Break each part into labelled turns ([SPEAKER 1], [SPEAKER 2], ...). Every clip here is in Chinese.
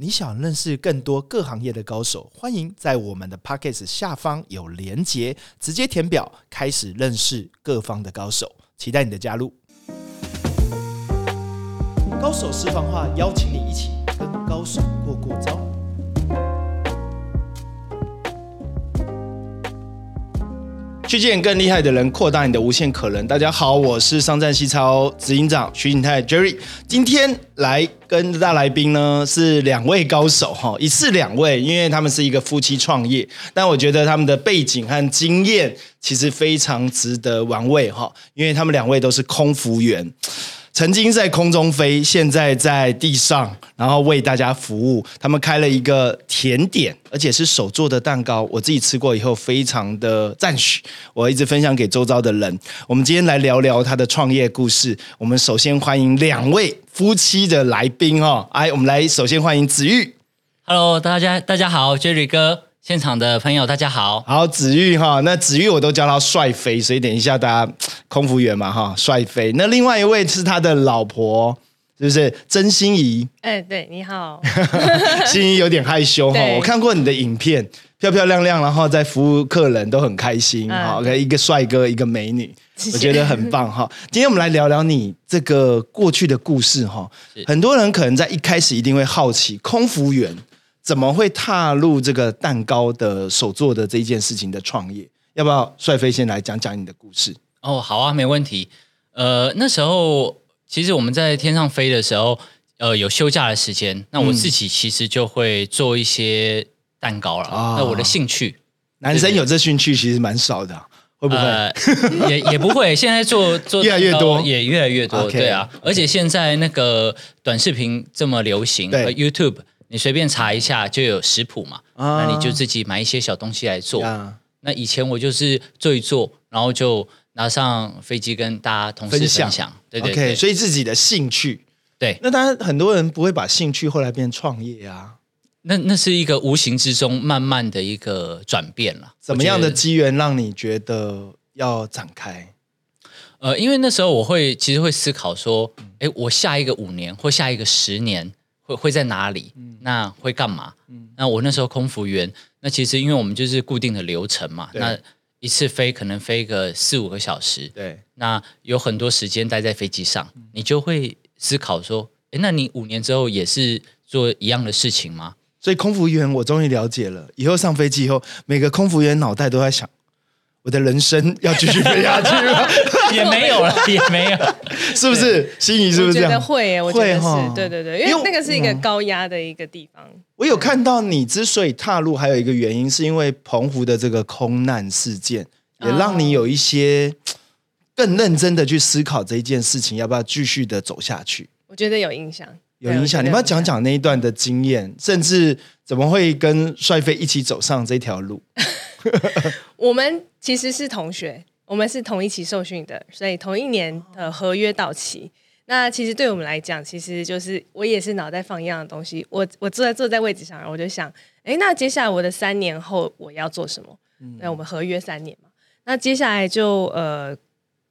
[SPEAKER 1] 你想认识更多各行业的高手，欢迎在我们的 p o c k e t 下方有连结，直接填表开始认识各方的高手，期待你的加入。高手私房话，邀请你一起跟高手过过招。去见更厉害的人，扩大你的无限可能。大家好，我是商战西超执行长徐景泰 Jerry，今天来跟大来宾呢是两位高手哈，一次两位，因为他们是一个夫妻创业，但我觉得他们的背景和经验其实非常值得玩味哈，因为他们两位都是空服员。曾经在空中飞，现在在地上，然后为大家服务。他们开了一个甜点，而且是手做的蛋糕，我自己吃过以后非常的赞许，我一直分享给周遭的人。我们今天来聊聊他的创业故事。我们首先欢迎两位夫妻的来宾哦，哎，我们来首先欢迎子玉。
[SPEAKER 2] Hello，大家大家好，Jerry 哥，现场的朋友大家好。
[SPEAKER 1] 好，子玉哈，那子玉我都叫他帅飞，所以等一下大家空服员嘛哈，帅飞。那另外一位是他的老婆，是不是曾心怡？
[SPEAKER 3] 哎、对，你好，
[SPEAKER 1] 心怡有点害羞哈。
[SPEAKER 3] 对
[SPEAKER 1] 我看过你的影片，漂漂亮亮，然后在服务客人都很开心
[SPEAKER 3] 嗯
[SPEAKER 1] 哈。一个帅哥，一个美女，
[SPEAKER 3] 谢
[SPEAKER 1] 我觉得很棒哈。今天我们来聊聊你这个过去的故事哈。很多人可能在一开始一定会好奇，空服员怎么会踏入这个蛋糕的手做的这一件事情的创业？要不要帅飞先来讲讲你的故事？
[SPEAKER 2] 哦，好啊，没问题。呃，那时候其实我们在天上飞的时候，呃，有休假的时间，那
[SPEAKER 1] 嗯
[SPEAKER 2] 我自己其实就会做一些蛋糕了。
[SPEAKER 1] 啊
[SPEAKER 2] 那我的兴趣，
[SPEAKER 1] 男生有这兴趣其实蛮少的啊、会不会？
[SPEAKER 2] 呃， 也也不会，现在做做
[SPEAKER 1] 越来越
[SPEAKER 2] 蛋糕
[SPEAKER 1] 多
[SPEAKER 2] 也越来越多
[SPEAKER 1] OK，
[SPEAKER 2] 对啊。而且现在那个短视频这么流行，
[SPEAKER 1] 对
[SPEAKER 2] 呃 YouTube 你随便查一下就有食谱嘛，
[SPEAKER 1] 啊
[SPEAKER 2] 那你就自己买一些小东西来做。
[SPEAKER 1] 啊
[SPEAKER 2] 那以前我就是做一做，然后就拿上飞机跟大家同事
[SPEAKER 1] 分
[SPEAKER 2] 分
[SPEAKER 1] 享
[SPEAKER 2] 享，对对
[SPEAKER 1] OK，
[SPEAKER 2] 对
[SPEAKER 1] 所以自己的兴趣。
[SPEAKER 2] 对，
[SPEAKER 1] 那当然，很多人不会把兴趣后来变创业啊。
[SPEAKER 2] 那那是一个无形之中慢慢的一个转变了。
[SPEAKER 1] 怎么样
[SPEAKER 2] 我
[SPEAKER 1] 的
[SPEAKER 2] 觉得？
[SPEAKER 1] 机缘让你觉得要展开？
[SPEAKER 2] 呃，因为那时候我会其实会思考说，哎，我下一个五年或下一个十年会会在哪里？
[SPEAKER 1] 嗯
[SPEAKER 2] 那会干嘛？那我那时候空服员，那其实因为我们就是固定的流程嘛，
[SPEAKER 1] 对
[SPEAKER 2] 那一次飞可能飞个四五个小时，
[SPEAKER 1] 对，
[SPEAKER 2] 那有很多时间待在飞机上，
[SPEAKER 1] 嗯
[SPEAKER 2] 你就会思考说，诶，那你五年之后也是做一样的事情吗？
[SPEAKER 1] 所以空服员我终于了解了。以后上飞机以后，每个空服员脑袋都在想：我的人生要继续飞下 去吗？
[SPEAKER 2] 也没有了， 也没有。
[SPEAKER 1] 是不是？心仪是不
[SPEAKER 3] 我
[SPEAKER 1] 是这
[SPEAKER 3] 觉得
[SPEAKER 1] 样？
[SPEAKER 3] 会耶，我觉
[SPEAKER 1] 会
[SPEAKER 3] 得
[SPEAKER 1] 哈
[SPEAKER 3] 是，对对对，因
[SPEAKER 1] 因为
[SPEAKER 3] 为那个是一个
[SPEAKER 1] 嗯
[SPEAKER 3] 高压的一个地方，
[SPEAKER 1] 我有看到你之所以踏入，还有一个原因是因为澎湖的这个空难事件，也
[SPEAKER 3] 啊
[SPEAKER 1] 让你有一些更认真的去思考这一件事情，要不要继续的走下去。
[SPEAKER 3] 我觉得有影响，
[SPEAKER 1] 有
[SPEAKER 3] 对
[SPEAKER 1] 影响。你们要讲，
[SPEAKER 3] 我觉得有
[SPEAKER 1] 讲那一段的经验，甚至怎么会跟帅飞一起走上这条路？
[SPEAKER 3] 我们其实是同学，我们是同一期受训的，所以同一年的合约到期。那其实对我们来讲，其实就是我也是脑袋放一样的东西。我我坐在坐在位置上，然后我就想，哎，那接下来我的三年后我要做什么？
[SPEAKER 1] 嗯
[SPEAKER 3] 那我们合约三年嘛，那接下来就呃，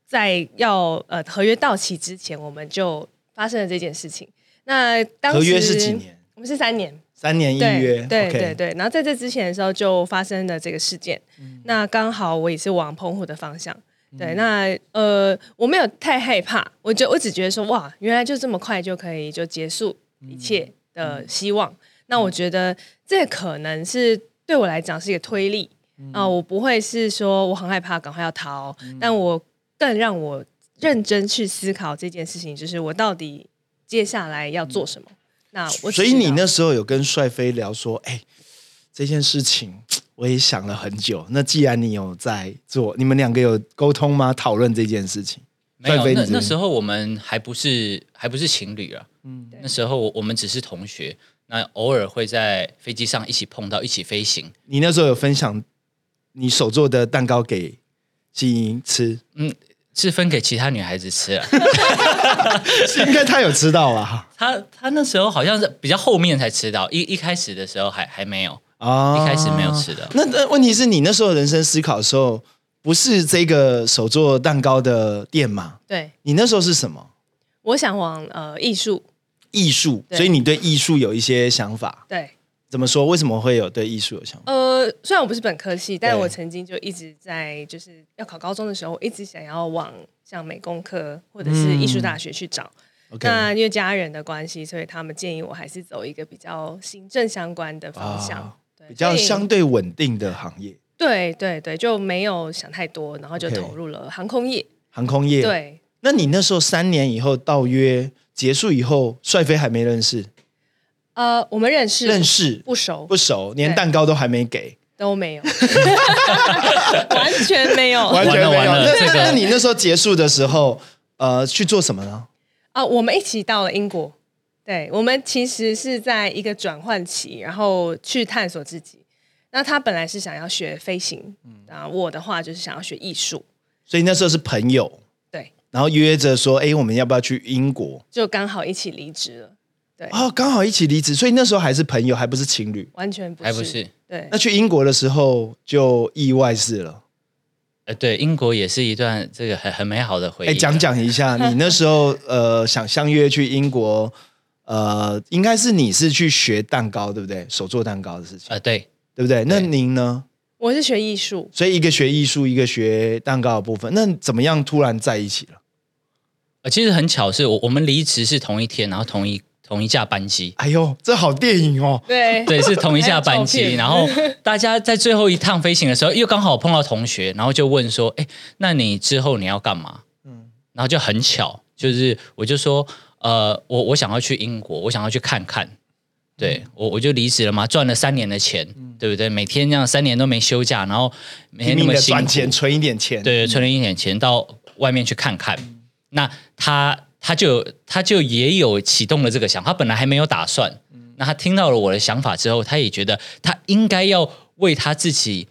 [SPEAKER 3] 在要呃合约到期之前，我们就发生了这件事情。那当时
[SPEAKER 1] 合约是几？年？
[SPEAKER 3] 我们是三年。
[SPEAKER 1] 三年一约
[SPEAKER 3] 对。对
[SPEAKER 1] OK
[SPEAKER 3] 对对，然后在这之前的时候就发生了这个事件，
[SPEAKER 1] 嗯
[SPEAKER 3] 那刚好我也是往澎湖的方向。对，那呃，我没有太害怕，我觉我只觉得说，哇，原来就这么快就可以就结束
[SPEAKER 1] 嗯
[SPEAKER 3] 一切的希望。那我觉得这可能是对我来讲是一个推力
[SPEAKER 1] 嗯
[SPEAKER 3] 啊、我不会是说我很害怕，赶快要逃，但我更让我认真去思考这件事情，就是我到底接下来要做什么。那啊我
[SPEAKER 1] 嗯
[SPEAKER 3] 只
[SPEAKER 1] 所以你
[SPEAKER 3] 知道
[SPEAKER 1] 那时候有跟帅飞聊说，哎、这件事情我也想了很久。那既然你有在做，你们两个有沟通吗？讨论这件事情？
[SPEAKER 2] 没有，
[SPEAKER 1] 飞
[SPEAKER 2] 那
[SPEAKER 1] 你这
[SPEAKER 2] 那时候我们还不是还不是情侣啊，
[SPEAKER 1] 嗯
[SPEAKER 2] 那时候我我们只是同学，那偶尔会在飞机上一起碰到，一起飞行。
[SPEAKER 1] 你那时候有分享你手做的蛋糕给心怡吃，
[SPEAKER 2] 是分给其他女孩子吃 啊，
[SPEAKER 1] 是应该他有吃到吧？
[SPEAKER 2] 她她那时候好像是比较后面才吃到，一一开始的时候还还没有，
[SPEAKER 1] 啊
[SPEAKER 2] 一开始没有吃的
[SPEAKER 1] 那那问题是你那时候人生思考的时候，不是这个手做蛋糕的店嘛？
[SPEAKER 3] 对。
[SPEAKER 1] 你那时候是什么？
[SPEAKER 3] 我想往呃艺术
[SPEAKER 1] 艺术，
[SPEAKER 3] 对
[SPEAKER 1] 所以你对艺术有一些想法。
[SPEAKER 3] 对，
[SPEAKER 1] 怎么说？为什么会有对艺术有想法？
[SPEAKER 3] 呃，虽然我不是本科系，但
[SPEAKER 1] 对
[SPEAKER 3] 我曾经就一直在就是要考高中的时候，我一直想要往像美工科或者是艺术大学去找。
[SPEAKER 1] 嗯 OK，
[SPEAKER 3] 那因为家人的关系，所以他们建议我还是走一个比较行政相关的方向，
[SPEAKER 1] 啊
[SPEAKER 3] 对
[SPEAKER 1] 比较
[SPEAKER 3] 所以
[SPEAKER 1] 相对稳定的行业，
[SPEAKER 3] 对对对，就没有想太多，然后就
[SPEAKER 1] OK
[SPEAKER 3] 投入了航空业。
[SPEAKER 1] 航空业。，
[SPEAKER 3] 对，
[SPEAKER 1] 那你那时候三年以后到约结束以后，帅飞还没认识，
[SPEAKER 3] 呃，我们认识
[SPEAKER 1] 认识
[SPEAKER 3] 不熟
[SPEAKER 1] 不熟，连蛋糕都还没给，
[SPEAKER 3] 都 没有， 完全没有
[SPEAKER 1] 完
[SPEAKER 3] 啊、
[SPEAKER 1] 全没有。
[SPEAKER 2] 完了
[SPEAKER 1] 那
[SPEAKER 2] 完了
[SPEAKER 1] 那
[SPEAKER 2] 这个
[SPEAKER 1] 那你那时候结束的时候，呃，去做什么呢？
[SPEAKER 3] 哦我们一起到了英国，对我们其实是在一个转换期，然后去探索自己。那他本来是想要学飞行，啊，我的话就是想要学艺术，
[SPEAKER 1] 所以那时候是朋友，
[SPEAKER 3] 对，
[SPEAKER 1] 然后约着说，哎，我们要不要去英国？
[SPEAKER 3] 就刚好一起离职了，对，
[SPEAKER 1] 哦，刚好一起离职，所以那时候还是朋友，还不是情侣。
[SPEAKER 3] 完全不是，
[SPEAKER 2] 还不是，
[SPEAKER 3] 对
[SPEAKER 1] 那，去英国的时候就意外事了。
[SPEAKER 2] 呃，对，英国也是一段这个很很美好的回忆。
[SPEAKER 1] 哎，讲讲一下，你那时 候呃想相约去英国，呃，应该是你是去学蛋糕，对不对？手做蛋糕的事情，
[SPEAKER 2] 呃，对，
[SPEAKER 1] 对不对？那
[SPEAKER 2] 对
[SPEAKER 1] 您呢？
[SPEAKER 3] 我是学艺术，
[SPEAKER 1] 所以一个学艺术，一个学蛋糕的部分，那怎么样突然在一起了？，
[SPEAKER 2] 呃，其实很巧，是我我们离职是同一天，然后同一同一架班机
[SPEAKER 1] 哎呦，这好电影哦！
[SPEAKER 3] 对
[SPEAKER 2] 对，是同一架班
[SPEAKER 3] 还有照
[SPEAKER 2] 机。
[SPEAKER 3] 片
[SPEAKER 2] 然后大家在最后一趟飞行的时候，又刚好碰到同学，然后就问说：“哎，那你之后你要干嘛？”
[SPEAKER 1] 嗯
[SPEAKER 2] 嗯，然后就很巧，就是我就说：“呃，我我想要去英国，我想要去看看。”对
[SPEAKER 3] 嗯
[SPEAKER 2] 我我就离职了嘛，赚了三年的钱，对不对？每天这样三年都没休假，然后每
[SPEAKER 1] 拼
[SPEAKER 2] 天那
[SPEAKER 1] 命
[SPEAKER 2] 么
[SPEAKER 1] 的
[SPEAKER 2] 辛
[SPEAKER 1] 赚
[SPEAKER 2] 苦，
[SPEAKER 1] 钱，存一点钱。，
[SPEAKER 2] 对，存了一点钱到外面去看看。那他他就他就也有启动了这个想法，他本来还没有打算。那他听到了我的想法之后，他也觉得他应该要为他自己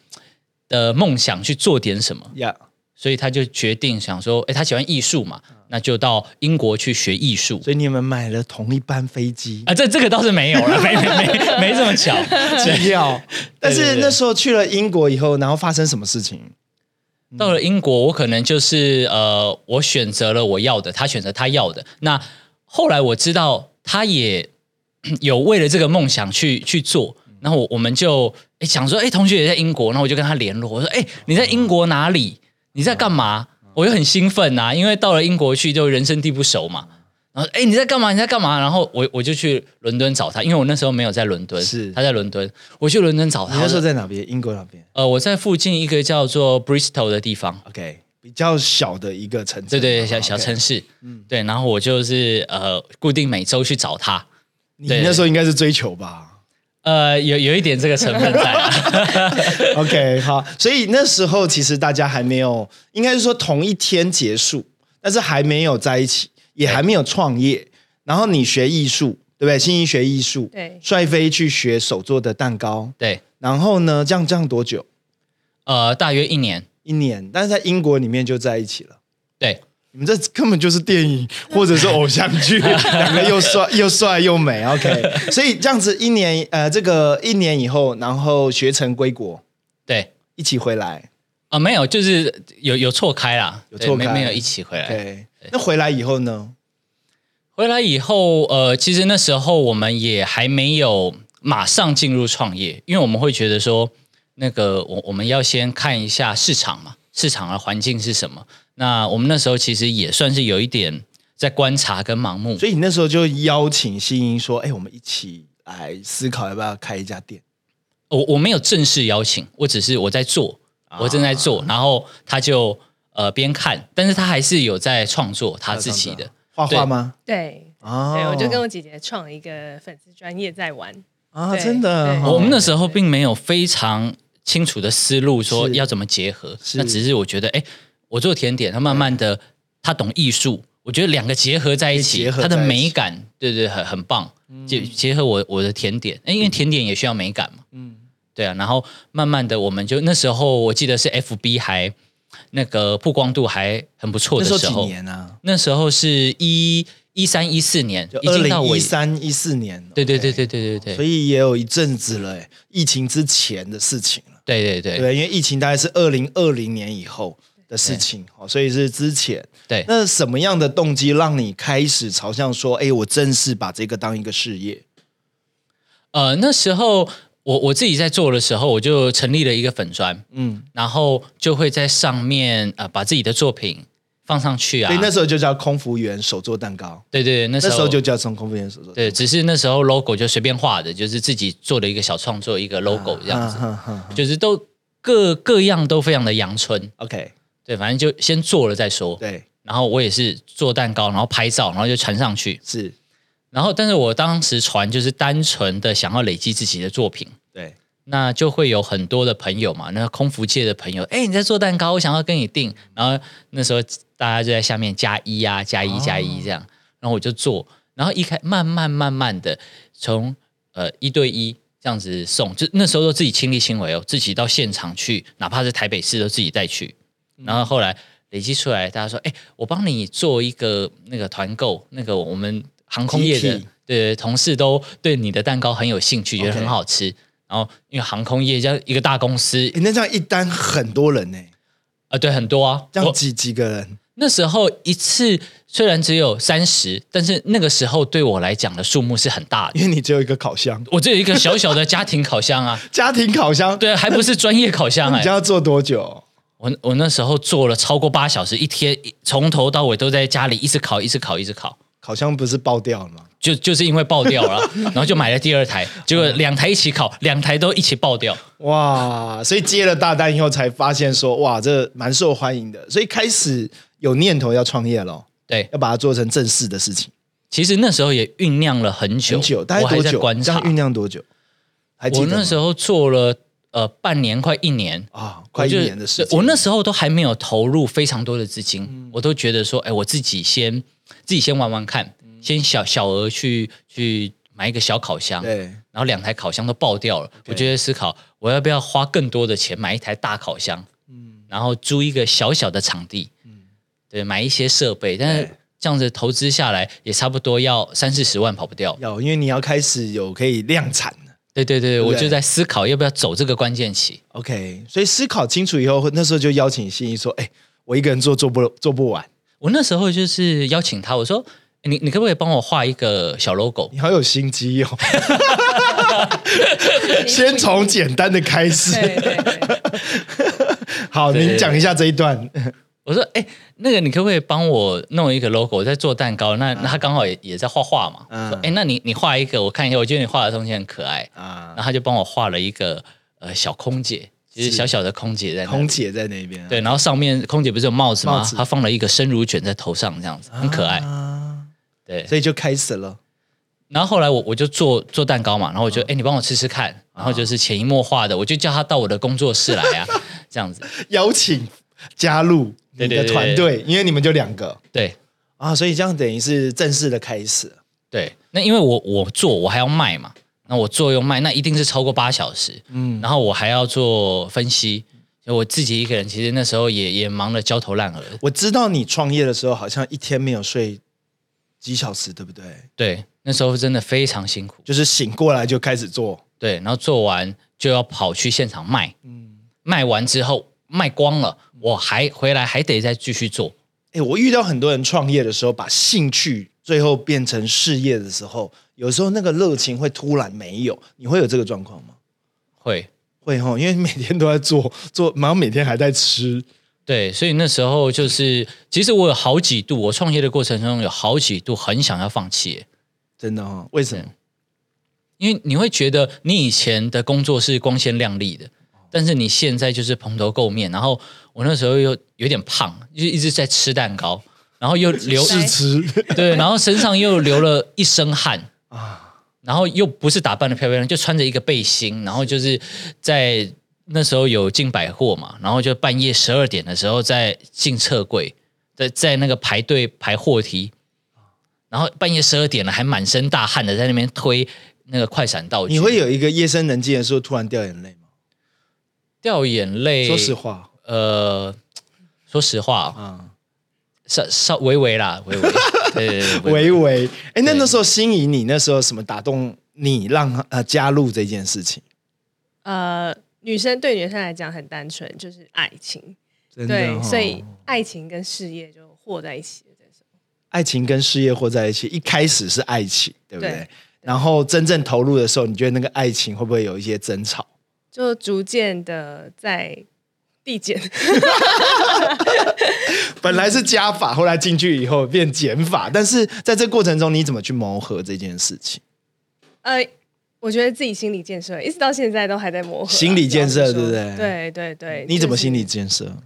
[SPEAKER 2] 的梦想去做点什么，
[SPEAKER 1] 呀、
[SPEAKER 2] 所以他就决定想说，诶，他喜欢艺术嘛，那就到英国去学艺术。
[SPEAKER 1] 所以你们买了同一班飞机
[SPEAKER 2] 啊，这这个倒是没有了，没没没没这么巧。
[SPEAKER 1] 机票，但
[SPEAKER 2] 对
[SPEAKER 1] 是
[SPEAKER 2] 对
[SPEAKER 1] 那时候去了英国以后，然后发生什么事情？
[SPEAKER 2] 嗯到了英国，我可能就是呃，我选择了我要的，他选择他要的。那后来我知道他也有为了这个梦想去 去做，然后我我们就诶想说，哎诶，同学也在英国，然后我就跟他联络，我说，诶，你在英国哪里？你在干嘛？
[SPEAKER 1] 嗯
[SPEAKER 2] 我就很兴奋呐、因为到了英国去就人生地不熟嘛。然后诶，你在干嘛？你在干嘛？然后我我就去伦敦找他，因为我那时候没有在伦敦，
[SPEAKER 1] 是
[SPEAKER 2] 他在伦敦，我去伦敦找
[SPEAKER 1] 你
[SPEAKER 2] 他。
[SPEAKER 1] 那时候在哪边？英国哪边
[SPEAKER 2] 呃，我在附近一个叫做 Bristol 的地方。
[SPEAKER 1] ？OK，比较小的一个城市，
[SPEAKER 2] 对对，
[SPEAKER 1] 好哦
[SPEAKER 2] 小
[SPEAKER 1] OK 嗯
[SPEAKER 2] 小城市，对，然后我就是呃，固定每周去找他，
[SPEAKER 1] 你
[SPEAKER 2] 对
[SPEAKER 1] 那时候应该是追求吧
[SPEAKER 2] 呃，有有一点这个成分 在、啊，
[SPEAKER 1] ？OK，好，所以那时候其实大家还没有，应该是说同一天结束，但是还没有在一起，也还没有创业。然后你学艺术，对不对？新一学艺术，
[SPEAKER 3] 对
[SPEAKER 1] 帅飞去学手做的蛋糕，
[SPEAKER 2] 对，
[SPEAKER 1] 然后呢，这样这样多久？
[SPEAKER 2] 呃，大约一年，
[SPEAKER 1] 一年，但是在英国里面就在一起了。
[SPEAKER 2] 对，
[SPEAKER 1] 你们这根本就是电影
[SPEAKER 2] 嗯
[SPEAKER 1] 或者是偶像 剧，两个又帅又帅又美，OK。所以这样子一年，呃，这个一年以后，然后学成归国，
[SPEAKER 2] 对，
[SPEAKER 1] 一起回来。
[SPEAKER 2] 啊、没有，就是有有错开啦，
[SPEAKER 1] 有
[SPEAKER 2] 对
[SPEAKER 1] 错
[SPEAKER 2] 没
[SPEAKER 1] 开
[SPEAKER 2] 没有一起回来，
[SPEAKER 1] OK，那回来以后呢？
[SPEAKER 2] 回来以后，呃，其实那时候我们也还没有马上进入创业，因为我们会觉得说，那个我我们要先看一下市场嘛，市场的环境是什么。那我们那时候其实也算是有一点在观察跟盲目，
[SPEAKER 1] 所以你那时候就邀请新英说：“哎、我们一起来思考要不要开一家店。
[SPEAKER 2] 我我没有正式邀请，我只是我在做，我正在做，然后他就呃边看，但是他还是有在创作他自己的，
[SPEAKER 1] 画画吗？
[SPEAKER 3] 对
[SPEAKER 1] 啊，
[SPEAKER 3] 对，我就跟我姐姐创了一个粉丝专业在玩，
[SPEAKER 1] 啊，
[SPEAKER 3] 对
[SPEAKER 1] 真的
[SPEAKER 3] 对，
[SPEAKER 1] 哦
[SPEAKER 2] 我们那时候并没有非常清楚的思路，说
[SPEAKER 1] 是
[SPEAKER 2] 要怎么结合。
[SPEAKER 1] 是
[SPEAKER 2] 那只是我觉得，哎，我做甜点，他慢慢的，他懂艺术，我觉得两个结合在一
[SPEAKER 1] 可以
[SPEAKER 2] 起，
[SPEAKER 1] 结合
[SPEAKER 2] 它的
[SPEAKER 1] 在一起嗯
[SPEAKER 2] 美感，对对，很很棒。结结合我我的甜点，哎，因为甜点也需要美感嘛。嗯，对啊。然后慢慢的，我们就那时候我记得是 FB 还那个曝光度还很不
[SPEAKER 1] 那
[SPEAKER 2] 错的
[SPEAKER 1] 时候
[SPEAKER 2] 时
[SPEAKER 1] 几
[SPEAKER 2] 候，
[SPEAKER 1] 年啊？
[SPEAKER 2] 那时候是一一三一四年
[SPEAKER 1] 就，
[SPEAKER 2] 已
[SPEAKER 1] 二
[SPEAKER 2] 经到
[SPEAKER 1] 零
[SPEAKER 2] 尾
[SPEAKER 1] 一。三一四年。
[SPEAKER 2] 对对
[SPEAKER 1] OK
[SPEAKER 2] 对对对对
[SPEAKER 1] 所
[SPEAKER 2] 对
[SPEAKER 1] 以也有一阵子了、欸，疫情之前的事情了。
[SPEAKER 2] 对对对。
[SPEAKER 1] 对，因为疫情大概是二零二零年以后，的事情，哦，所以是之前。
[SPEAKER 2] 对
[SPEAKER 1] 那什么样的动机让你开始朝向说，哎，我正式把这个当一个事业？
[SPEAKER 2] 呃，那时候我我自己在做的时候，我就成立了一个粉砖，
[SPEAKER 1] 嗯，
[SPEAKER 2] 然后就会在上面呃把自己的作品放上去啊
[SPEAKER 1] 所以。那时候就叫空服员手做蛋糕，
[SPEAKER 2] 对对，那
[SPEAKER 1] 那
[SPEAKER 2] 时
[SPEAKER 1] 时
[SPEAKER 2] 候
[SPEAKER 1] 候就叫从空服员手做蛋
[SPEAKER 2] 对，只是那时候 logo 就随便画的，就是自己做的一个小创作，一
[SPEAKER 1] 啊
[SPEAKER 2] 个 logo
[SPEAKER 1] 糕。
[SPEAKER 2] 这样子，
[SPEAKER 1] 哼哼哼
[SPEAKER 2] 就是都各各样都非常的阳春。
[SPEAKER 1] OK，
[SPEAKER 2] 对，反正就先做了再说。
[SPEAKER 1] 对，
[SPEAKER 2] 然后我也是做蛋糕，然后拍照，然后就传上去。
[SPEAKER 1] 是，
[SPEAKER 2] 然后，但是我当时传就是单纯的想要累积自己的作品，
[SPEAKER 1] 对，
[SPEAKER 2] 那就会有很多的朋友嘛，那空服界的朋友，哎，你在做蛋糕，我想要跟你订。然后那时候大家就在下面加一啊，加一加一这样，然后我就做，然后一开慢慢慢慢的从呃一对一这样子送，就那时候都自己亲力亲为哦，自己到现场去，哪怕是台北市都自己带去。然后后来累积出来，大家说，哎，我帮你做一个那个团购，那个我们航空业的
[SPEAKER 1] 集体
[SPEAKER 2] 对同事都对你的蛋糕很有兴趣，觉得
[SPEAKER 1] OK
[SPEAKER 2] 很好吃。然后因为航空业这样一个大公司
[SPEAKER 1] 诶，那这样一单很多人呢、
[SPEAKER 2] 啊、对，很多啊。
[SPEAKER 1] 这样
[SPEAKER 2] 我
[SPEAKER 1] 几几个人？
[SPEAKER 2] 那时候一次虽然只有三十，但是那个时候对我来讲的数目是很大的。
[SPEAKER 1] 因为你只有一个烤箱，
[SPEAKER 2] 我只有一个小小的家庭烤箱啊，
[SPEAKER 1] 家庭烤箱，
[SPEAKER 2] 对，还不是专业烤箱
[SPEAKER 1] 那
[SPEAKER 2] 哎、
[SPEAKER 1] 你家要做多久？
[SPEAKER 2] 我我那时候做了超过八小时，一天一从头到尾都在家里一直烤，一直烤，一直烤，
[SPEAKER 1] 烤箱不是爆掉了吗？
[SPEAKER 2] 就就是因为爆掉了， 然后就买了第二台，结果两台一起烤，两台都一起爆掉。
[SPEAKER 1] 哇！所以接了大单以后，才发现说，哇，这蛮受欢迎的。所以开始有念头要创业咯，
[SPEAKER 2] 对，
[SPEAKER 1] 要把它做成正式的事情。
[SPEAKER 2] 其实那时候也酝酿了很久，
[SPEAKER 1] 很久，大
[SPEAKER 2] 我
[SPEAKER 1] 概
[SPEAKER 2] 还
[SPEAKER 1] 多
[SPEAKER 2] 在
[SPEAKER 1] 久？
[SPEAKER 2] 观
[SPEAKER 1] 这
[SPEAKER 2] 察
[SPEAKER 1] 样。酝酿多久？还记
[SPEAKER 2] 我
[SPEAKER 1] 得吗
[SPEAKER 2] 那时候做了呃半年快一年，
[SPEAKER 1] 啊，快一
[SPEAKER 2] 我就
[SPEAKER 1] 年的事情。
[SPEAKER 2] 我那时候都还没有投入非常多的资金，
[SPEAKER 1] 嗯
[SPEAKER 2] 我都觉得说，哎，我自己先自己先玩玩看，
[SPEAKER 1] 嗯
[SPEAKER 2] 先小小额去去买一个小烤箱，然
[SPEAKER 1] 对
[SPEAKER 2] 后两台烤箱都爆掉了，我就在思考我要不要花更多的钱买一台大烤箱，
[SPEAKER 1] 嗯
[SPEAKER 2] 然后租一个小小的场地，对，买一些设备，但是
[SPEAKER 1] 对
[SPEAKER 2] 这样子投资下来也差不多要三四十万跑不掉。
[SPEAKER 1] 要，因为你要开始有可以量产了。
[SPEAKER 2] 对对对，
[SPEAKER 1] 不
[SPEAKER 2] 我
[SPEAKER 1] 对
[SPEAKER 2] 就在思考要不要走这个关键期。
[SPEAKER 1] OK，所以思考清楚以后，那时候就邀请心仪说：“哎、我一个人做做不做不完。
[SPEAKER 2] 我那时候就是邀请他，我说哎你你可不可以帮我画一个小 logo？
[SPEAKER 1] 你好有心机哦，先从简单的开
[SPEAKER 3] 对
[SPEAKER 1] 始。
[SPEAKER 3] 对对，
[SPEAKER 1] 好，
[SPEAKER 2] 对
[SPEAKER 1] 您讲一下这一段。
[SPEAKER 2] 我说哎、那个你可不可以帮我弄一个 logo？我在做蛋糕，那那他刚好也也在画画嘛。
[SPEAKER 1] 嗯
[SPEAKER 2] 说哎、那你你画一个，我看一下，我觉得你画的东西很可爱。
[SPEAKER 1] 啊
[SPEAKER 2] 然，后他就帮我画了一个呃小空姐，就是
[SPEAKER 1] 是
[SPEAKER 2] 小小的空姐在那里
[SPEAKER 1] 空姐在那边、啊，
[SPEAKER 2] 对，然后上面空姐不是有帽子吗？
[SPEAKER 1] 帽子
[SPEAKER 2] 她放了一个生乳卷在头上，这样子很可爱。
[SPEAKER 1] 啊，
[SPEAKER 2] 对，
[SPEAKER 1] 所以就开始了。
[SPEAKER 2] 然后后来我我就做做蛋糕嘛，然后
[SPEAKER 1] 嗯
[SPEAKER 2] 我就哎、诶你帮我吃吃看，然后就是潜移默化的，我就叫他到我的工作室来 啊，这样子。
[SPEAKER 1] 邀请加入你
[SPEAKER 2] 对对
[SPEAKER 1] 的
[SPEAKER 2] 对
[SPEAKER 1] 团队，因为你们就两个
[SPEAKER 2] 对
[SPEAKER 1] 啊，所以这样等于是正式的开始。
[SPEAKER 2] 对，那因为我我做我还要卖嘛，那我做又卖，那一定是超过八小时，嗯，然后我还要做分析，所以我自己一个人其实那时候也也忙得焦头烂额。
[SPEAKER 1] 我知道你创业的时候好像一天没有睡几小时，对不对？
[SPEAKER 2] 对，那时候真的非常辛苦。
[SPEAKER 1] 就是醒过来就开始做，
[SPEAKER 2] 对，然后做完就要跑去现场卖，卖完之后卖光了，我还回来还得再继续做。
[SPEAKER 1] 哎，我遇到很多人创业的时候，把兴趣最后变成事业的时候，有时候那个热情会突然没有，你会有这个状况吗？
[SPEAKER 2] 会，
[SPEAKER 1] 会哦，因为每天都在做做，然后每天还在吃，
[SPEAKER 2] 对，所以那时候就是，其实我有好几度，我创业的过程中有好几度很想要放弃，
[SPEAKER 1] 真的哦，为什么？
[SPEAKER 2] 因为你会觉得你以前的工作是光鲜亮丽的，但是你现在就是蓬头垢面。然后我那时候又有点胖，就一直在吃蛋糕，然后又流
[SPEAKER 1] 试吃
[SPEAKER 2] 对，然后身上又流了一身汗。
[SPEAKER 1] 啊，
[SPEAKER 2] 然后又不是打扮的漂漂亮，亮，就穿着一个背心，然后就是在那时候有进百货嘛，然后就半夜十二点的时候在进侧柜，在在那个排队排货梯，然后半夜十二点了还满身大汗的在那边推那个快闪道具，
[SPEAKER 1] 你会有一个夜深人静的时候突然掉眼泪吗？
[SPEAKER 2] 掉眼泪。
[SPEAKER 1] 说实，话
[SPEAKER 2] 呃，说实话，
[SPEAKER 1] 啊，
[SPEAKER 2] 稍稍微微啦，微微，对对对，微
[SPEAKER 1] 维
[SPEAKER 2] 微
[SPEAKER 1] 维，哎，那那时候心仪，你那时候什么打动你让呃加入这件事情？
[SPEAKER 3] 呃，女生对女生来讲很单纯，就是爱情。
[SPEAKER 1] 真的
[SPEAKER 3] 对，
[SPEAKER 1] 哦
[SPEAKER 3] 所以爱情跟事业就和在一起了。这时候
[SPEAKER 1] 爱情跟事业和在一起，一开始是爱情，对不对？
[SPEAKER 3] 对
[SPEAKER 1] 然后真正投入的时候，你觉得那个爱情会不会有一些争吵？
[SPEAKER 3] 就逐渐的在递减，
[SPEAKER 1] 本来是加法，后来进去以后变减法，但是在这过程中，你怎么去磨合这件事情？
[SPEAKER 3] 呃，我觉得自己心理建设一直到现在都还在磨合啊、
[SPEAKER 1] 心理建设
[SPEAKER 3] 老实说
[SPEAKER 1] 对不对
[SPEAKER 3] 对对对，
[SPEAKER 1] 你怎么心
[SPEAKER 3] 理？
[SPEAKER 1] 理建设？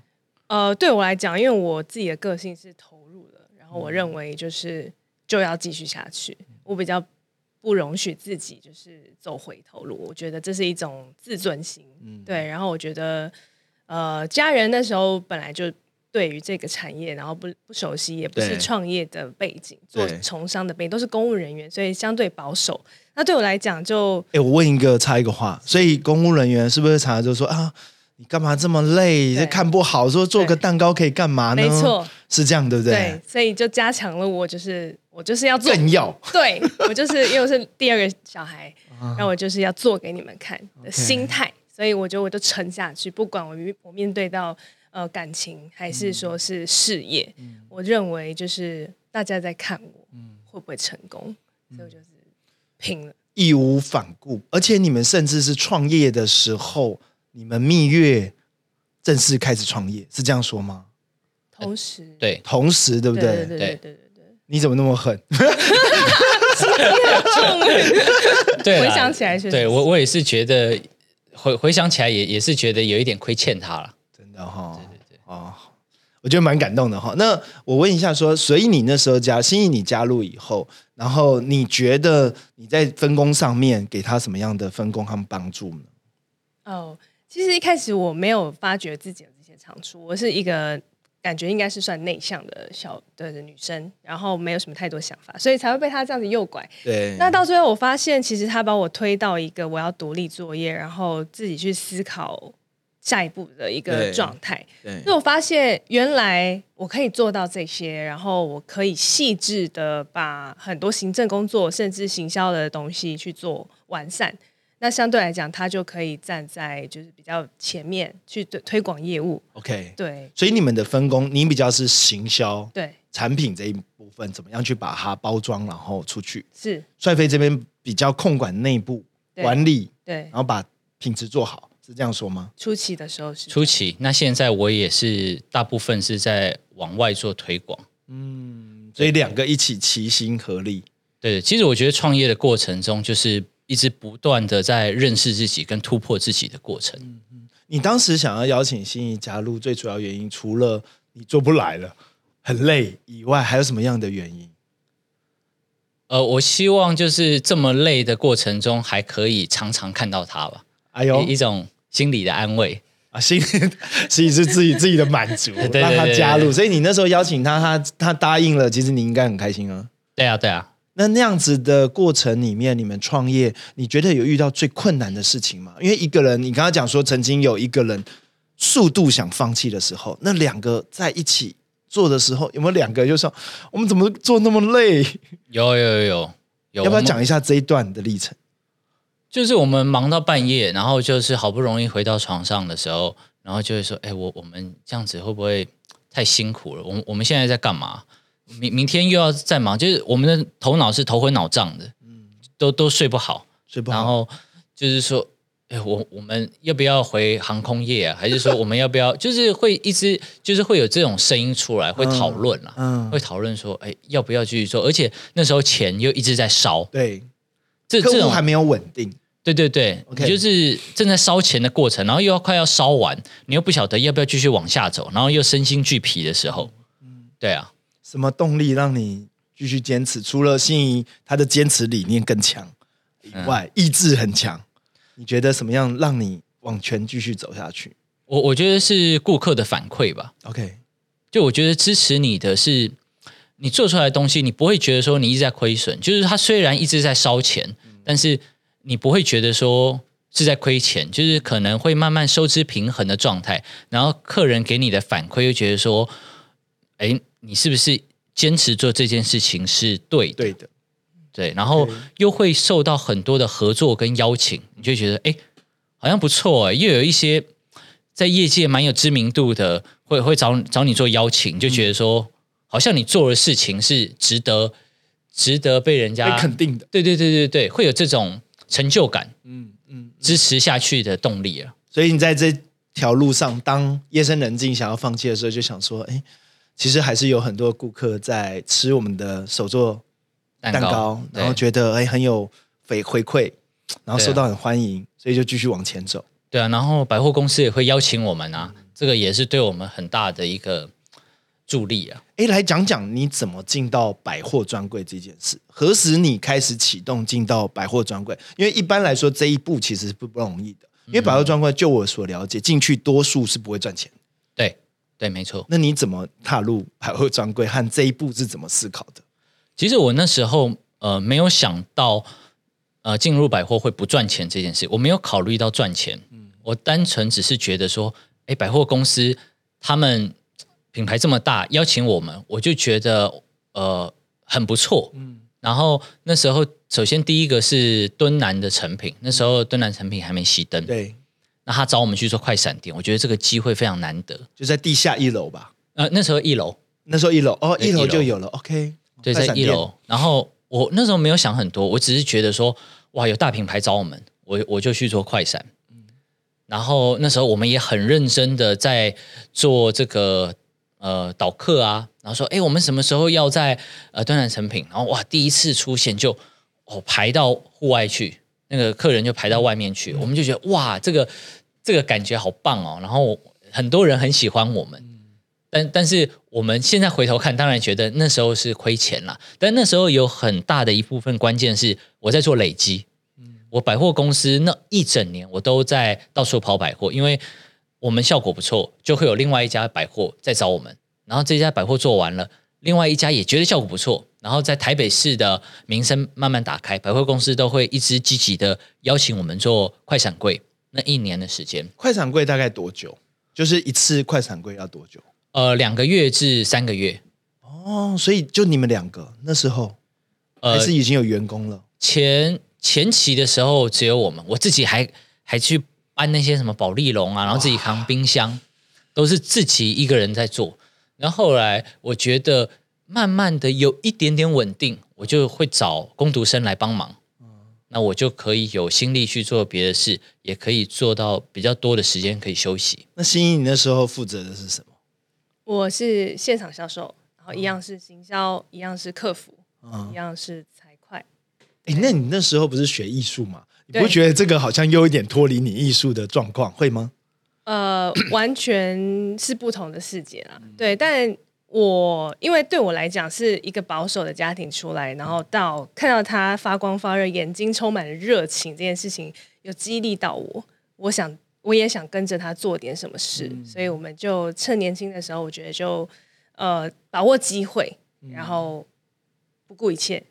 [SPEAKER 3] 呃，对我来讲，因为我自己的个性是投入的，然后我
[SPEAKER 1] 嗯
[SPEAKER 3] 认为就是就要继续下去，我比较不容许自己就是走回头路，我觉得这是一种自尊心，
[SPEAKER 1] 嗯
[SPEAKER 3] 对。然后我觉得，呃，家人那时候本来就对于这个产业，然后不不熟悉，也不
[SPEAKER 1] 对
[SPEAKER 3] 是创业的背景，做
[SPEAKER 1] 对
[SPEAKER 3] 从商的背景都是公务人员，所以相对保守。那对我来讲就
[SPEAKER 1] 哎、我问一个插一个话，所以公务人员是不是常常就说啊，你干嘛这么累？
[SPEAKER 3] 对
[SPEAKER 1] 这看不好，说做个
[SPEAKER 3] 对
[SPEAKER 1] 蛋糕可以干啊嘛呢？
[SPEAKER 3] 没错，
[SPEAKER 1] 是这样，对不
[SPEAKER 3] 对
[SPEAKER 1] 对？，
[SPEAKER 3] 所以就加强了我就是我就是要做
[SPEAKER 1] 更要
[SPEAKER 3] 对我就是因为我是第二个小孩，
[SPEAKER 2] 啊
[SPEAKER 3] 然后我就是要做给你们看的心态，所以我觉得我就沉下去，不管我面我面对到呃感情还是说是事业，
[SPEAKER 2] 嗯
[SPEAKER 3] 我认为就是大家在看我、会不会成功，
[SPEAKER 2] 嗯
[SPEAKER 3] 所以我就是拼了。
[SPEAKER 1] 义无反顾，而且你们甚至是创业的时候，你们蜜月正式开始创业，是这样说吗？
[SPEAKER 3] 同时，
[SPEAKER 2] 对，
[SPEAKER 1] 同时，对不对？
[SPEAKER 3] 对对对对对对
[SPEAKER 1] 你怎么那么狠？
[SPEAKER 2] 啊对啦，
[SPEAKER 3] 回想起来确实
[SPEAKER 2] 对
[SPEAKER 3] 是
[SPEAKER 2] 我我也是觉得回回想起来也也是觉得有一点亏欠他了。
[SPEAKER 1] 真的哈、哦，我觉得蛮感动的哈、那我问一下说，所以你那时候加，心意你加入以后，然后你觉得你在分工上面给他什么样的分工和帮助呢？
[SPEAKER 3] 哦，其实一开始我没有发觉自己有这些长处，我是一个感觉应该是算内向的小的女生，然后没有什么太多想法，所以才会被她这样子诱拐。
[SPEAKER 1] 对，
[SPEAKER 3] 那到最后，我发现其实她把我推到一个我要独立作业，然后自己去思考下一步的一个
[SPEAKER 1] 对
[SPEAKER 3] 状态。
[SPEAKER 1] 对
[SPEAKER 3] 所以我发现原来我可以做到这些，然后我可以细致的把很多行政工作甚至行销的东西去做完善。那相对来讲，他就可以站在就是比较前面去推推广业务。
[SPEAKER 1] ，OK。
[SPEAKER 3] 对
[SPEAKER 1] 所以你们的分工，你比较是行销
[SPEAKER 3] 对，
[SPEAKER 1] 产品这一部分，怎么样去把它包装，然后出去。
[SPEAKER 3] 是，
[SPEAKER 1] 帅飞这边比较控管内部
[SPEAKER 3] 对
[SPEAKER 1] 管理，
[SPEAKER 3] 对
[SPEAKER 1] 然，后把品质做好，是这样说吗？
[SPEAKER 3] 初期的时候是
[SPEAKER 2] 初期，那现在我也是大部分是在往外做推广。
[SPEAKER 1] 所以两个一起齐心合力。
[SPEAKER 2] 对，其实我觉得创业的过程中，就是一直不断的在认识自己跟突破自己的过程。
[SPEAKER 1] 你当时想要邀请心仪加入，最主要原因除了你做不来了，很累以外，还有什么样的原因？
[SPEAKER 2] 呃，我希望就是这么累的过程中，还可以常常看到他吧，
[SPEAKER 1] 哎呦
[SPEAKER 2] 一一种心理的安慰。
[SPEAKER 1] 啊，心心仪是自己自己的满足，
[SPEAKER 2] 对对
[SPEAKER 1] 让他
[SPEAKER 2] 对
[SPEAKER 1] 加入。
[SPEAKER 2] 对
[SPEAKER 1] 所以你那时候邀请他，他他答应了，其实你应该很开心啊。
[SPEAKER 2] 对啊，对啊，
[SPEAKER 1] 那那样子的过程里面，你们创业，你觉得有遇到最困难的事情吗？因为一个人，你刚刚讲说曾经有一个人速度想放弃的时候，那两个在一起做的时候，有没有两个就说我们怎么做那么累？
[SPEAKER 2] 有有有有
[SPEAKER 1] 要不
[SPEAKER 2] 有，我
[SPEAKER 1] 要
[SPEAKER 2] 们
[SPEAKER 1] 讲一下这一段的历程？
[SPEAKER 2] 就是我们忙到半夜，然后就是好不容易回到床上的时候，然后就会说：“哎、我我们这样子会不会太辛苦了？我们我们现在在干嘛？明明天又要再忙，就是我们的头脑是头昏脑胀的，都都睡不好。
[SPEAKER 1] 睡嗯不
[SPEAKER 2] 然
[SPEAKER 1] 好，
[SPEAKER 2] 后就是说，哎、我我们要不要回航空业啊？还是说我们要不要？就是会一直就是会有这种声音出来，会讨论啊，
[SPEAKER 1] 嗯，
[SPEAKER 2] 会讨论说，哎、要不要继续做？而且那时候钱又一直在烧，
[SPEAKER 1] 对，
[SPEAKER 2] 这这
[SPEAKER 1] 客户
[SPEAKER 2] 种
[SPEAKER 1] 还没有稳定，
[SPEAKER 2] 对对对
[SPEAKER 1] OK
[SPEAKER 2] 你就是正在烧钱的过程，然后又要快要烧完，你又不晓得要不要继续往下走，然后又身心俱疲的时候，对啊，
[SPEAKER 1] 什么动力让你继续坚持？除了心仪他的坚持理念更强以
[SPEAKER 2] 嗯
[SPEAKER 1] 外，意志很强，你觉得什么样让你往前继续走下去
[SPEAKER 2] 我我觉得是顾客的反馈吧，
[SPEAKER 1] ？OK，
[SPEAKER 2] 就我觉得支持你的是你做出来的东西，你不会觉得说你一直在亏损，就是他虽然一直在烧钱，但是你不会觉得说是在亏钱，就是可能会慢慢收支平衡的状态。然后客人给你的反馈又觉得说，哎，你是不是坚持做这件事情是对的？
[SPEAKER 1] 对的。
[SPEAKER 2] 对，然后又会受到很多的合作跟邀请，你就会觉得哎，诶好像不错哎，又有一些在业界蛮有知名度的，会会找找你做邀请，就觉得说，好像你做的事情是值得值得被人
[SPEAKER 1] 被
[SPEAKER 2] 家
[SPEAKER 1] 肯定的，
[SPEAKER 2] 对对对对对，会有这种成就感，
[SPEAKER 1] 嗯嗯。
[SPEAKER 2] 支持下去的动力啊。
[SPEAKER 1] 所以你在这条路上，当夜深人静想要放弃的时候，就想说，哎，其实还是有很多顾客在吃我们的手做
[SPEAKER 2] 蛋
[SPEAKER 1] 蛋糕，
[SPEAKER 2] 对
[SPEAKER 1] 然后觉得哎很有回回馈，然后
[SPEAKER 2] 对啊
[SPEAKER 1] 受到很欢迎，所以就继续往前走。
[SPEAKER 2] 对啊，然后百货公司也会邀请我们啊，这个也是对我们很大的一个助力啊。
[SPEAKER 1] 哎，来讲讲你怎么进到百货专柜这件事，何时你开始启动进到百货专柜？因为一般来说这一步其实是不不容易的，
[SPEAKER 2] 嗯
[SPEAKER 1] 因为百货专柜就我所了解，进去多数是不会赚钱。
[SPEAKER 2] 对对，没错。
[SPEAKER 1] 那你怎么踏入百货专柜和这一步是怎么思考的？
[SPEAKER 2] 其实我那时候呃没有想到呃进入百货会不赚钱这件事，我没有考虑到赚钱，我单纯只是觉得说，哎，百货公司他们品牌这么大，邀请我们，我就觉得呃很不错，然后那时候首先第一个是敦南的成品，那时候敦南成品还没熄灯，
[SPEAKER 1] 对，
[SPEAKER 2] 那他找我们去做快闪店，我觉得这个机会非常难得。
[SPEAKER 1] 就在地下一楼吧。
[SPEAKER 2] 呃，那时候一楼
[SPEAKER 1] 那时候一楼哦，
[SPEAKER 2] 对
[SPEAKER 1] 一楼就
[SPEAKER 2] 一
[SPEAKER 1] 有了。OK，
[SPEAKER 2] 对，
[SPEAKER 1] 快
[SPEAKER 2] 在
[SPEAKER 1] 闪
[SPEAKER 2] 一
[SPEAKER 1] 店
[SPEAKER 2] 楼。然后我那时候没有想很多，我只是觉得说，哇，有大品牌找我们，我我就去做快闪。然后那时候我们也很认真的在做这个呃导客啊，然后说，哎，我们什么时候要在呃端南成品？然后哇，第一次出现就哦排到户外去，那个客人就排到外面去，我们就觉得哇，这个这个感觉好棒哦。然后很多人很喜欢我们，但但是我们现在回头看，当然觉得那时候是亏钱啦。但那时候有很大的一部分关键是我在做累积。
[SPEAKER 1] 嗯
[SPEAKER 2] 我百货公司那一整年我都在到处跑百货，因为我们效果不错，就会有另外一家百货在找我们。然后这家百货做完了，另外一家也觉得效果不错，然后在台北市的名声慢慢打开，百货公司都会一直积极的邀请我们做快闪柜。那一年的时间，
[SPEAKER 1] 快闪柜大概多久？就是一次快闪柜要多久？
[SPEAKER 2] 呃，两个月至三个月，
[SPEAKER 1] 哦，所以就你们两个那时候，
[SPEAKER 2] 呃
[SPEAKER 1] 还，是已经有员工了？
[SPEAKER 2] 前前期的时候只有我们，我自己还还去搬那些什么保利龙啊，然后自己扛冰箱，都是自己一个人在做。然后后来我觉得慢慢的有一点点稳定，我就会找工读生来帮忙。那我就可以有心力去做别的事，也可以做到比较多的时间可以休息。
[SPEAKER 1] 那新一，你那时候负责的是什么？
[SPEAKER 3] 我是现场销售，然后一样是行销，一样是客服，一
[SPEAKER 1] 嗯，
[SPEAKER 3] 样是财会。
[SPEAKER 1] 哎，那你那时候不是学艺术吗？你
[SPEAKER 3] 对
[SPEAKER 1] 不觉得这个好像又有一点脱离你艺术的状况，会吗？
[SPEAKER 3] 呃， 完全是不同的世界啦。对，但我因为对我来讲是一个保守的家庭出来，然后到看到他发光发热，眼睛充满了热情，这件事情有激励到我。我想我也想跟着他做点什么事，所以我们就趁年轻的时候，我觉得就呃把握机会，然后不顾一切。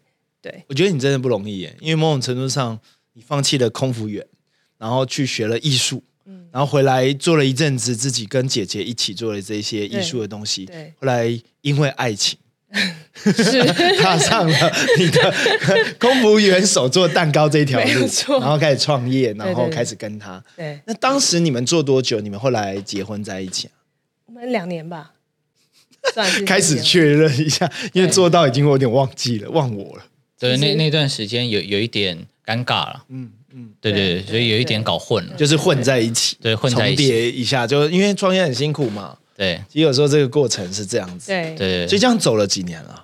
[SPEAKER 3] 对，
[SPEAKER 1] 我觉得你真的不容易耶，因为某种程度上，你放弃了空服员，然后去学了艺术，
[SPEAKER 3] 嗯
[SPEAKER 1] 然后回来做了一阵子，自己跟姐姐一起做了这些艺术的东西
[SPEAKER 3] 对对，
[SPEAKER 1] 后来因为爱情。
[SPEAKER 3] 是
[SPEAKER 1] 踏上了你 的空服员手做蛋糕这一条
[SPEAKER 3] 没
[SPEAKER 1] 路
[SPEAKER 3] 有，错
[SPEAKER 1] 然后开始创业，然后
[SPEAKER 3] 对对
[SPEAKER 1] 开始跟他。
[SPEAKER 3] 对，
[SPEAKER 1] 那当时你们做多久？你们后来结婚在一起、啊，
[SPEAKER 3] 我们两年吧，算是
[SPEAKER 1] 开始
[SPEAKER 3] 两年
[SPEAKER 1] 确认一下，因为做到已经有点忘记了，忘我了。
[SPEAKER 2] 对，
[SPEAKER 3] 其实
[SPEAKER 2] 那那段时间有有一点尴尬了，
[SPEAKER 1] 嗯嗯，
[SPEAKER 2] 对对
[SPEAKER 3] 对
[SPEAKER 2] 对，所以有一点
[SPEAKER 3] 对
[SPEAKER 2] 搞混了，
[SPEAKER 1] 就是混在一起，
[SPEAKER 2] 对混在一起
[SPEAKER 1] 重叠一下，就因为创业很辛苦嘛。
[SPEAKER 2] 对
[SPEAKER 1] 其实有时候这个过程是这样子，
[SPEAKER 2] 对，
[SPEAKER 3] 对
[SPEAKER 1] 所
[SPEAKER 2] 对
[SPEAKER 1] 以这样走了几年了。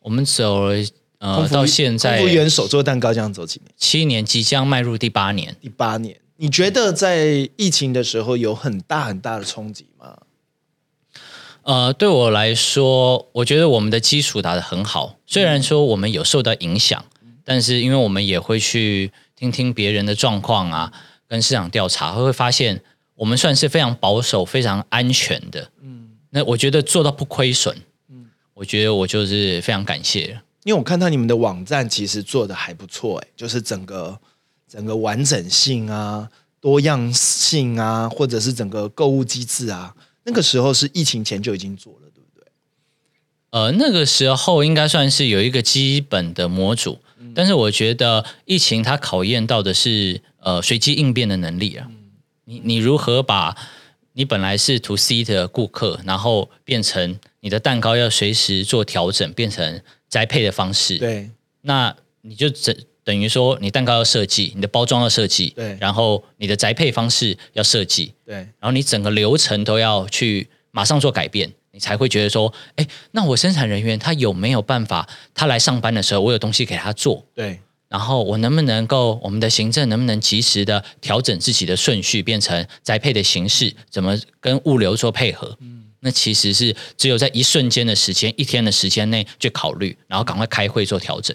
[SPEAKER 2] 我们走了
[SPEAKER 1] 空
[SPEAKER 2] 呃
[SPEAKER 1] 服
[SPEAKER 2] 到现在
[SPEAKER 1] 空服员手做蛋糕这样走几年？
[SPEAKER 2] 七年即将迈入第八年。
[SPEAKER 1] 第八年。你觉得在疫情的时候有很大很大的冲击吗？
[SPEAKER 2] 呃，对我来说，我觉得我们的基础打得很好，虽然说我们有受到影响，但是因为我们也会去听听别人的状况啊，跟市场调查，会发现我们算是非常保守、非常安全的。嗯，那我觉得做到不亏损，
[SPEAKER 1] 嗯
[SPEAKER 2] 我觉得我就是非常感谢了。
[SPEAKER 1] 因为我看到你们的网站其实做的还不错，哎，就是整个整个完整性啊、多样性啊，或者是整个购物机制啊，那个时候是疫情前就已经做了，对不对？
[SPEAKER 2] 呃，那个时候应该算是有一个基本的模组，
[SPEAKER 1] 嗯
[SPEAKER 2] 但是我觉得疫情它
[SPEAKER 1] 嗯
[SPEAKER 2] 考验到的是呃随机应变的能力啊。你你如何把你本来是 to C 的顾客，然后变成你的蛋糕要随时做调整，变成宅配的方式。
[SPEAKER 1] 对
[SPEAKER 2] 那你就等等于说，你蛋糕要设计，你的包装要设计，
[SPEAKER 1] 对
[SPEAKER 2] 然后你的宅配方式要设计，
[SPEAKER 1] 对
[SPEAKER 2] 然后你整个流程都要去马上做改变，你才会觉得说，哎，那我生产人员他有没有办法？他来上班的时候，我有东西给他做，
[SPEAKER 1] 对
[SPEAKER 2] 然后我能不能够，我们的行政能不能及时的调整自己的顺序，变成宅配的形式，怎么跟物流做配合？那其实是只有在一瞬间的时间，一天的时间内去考虑，然后赶快开会做调整。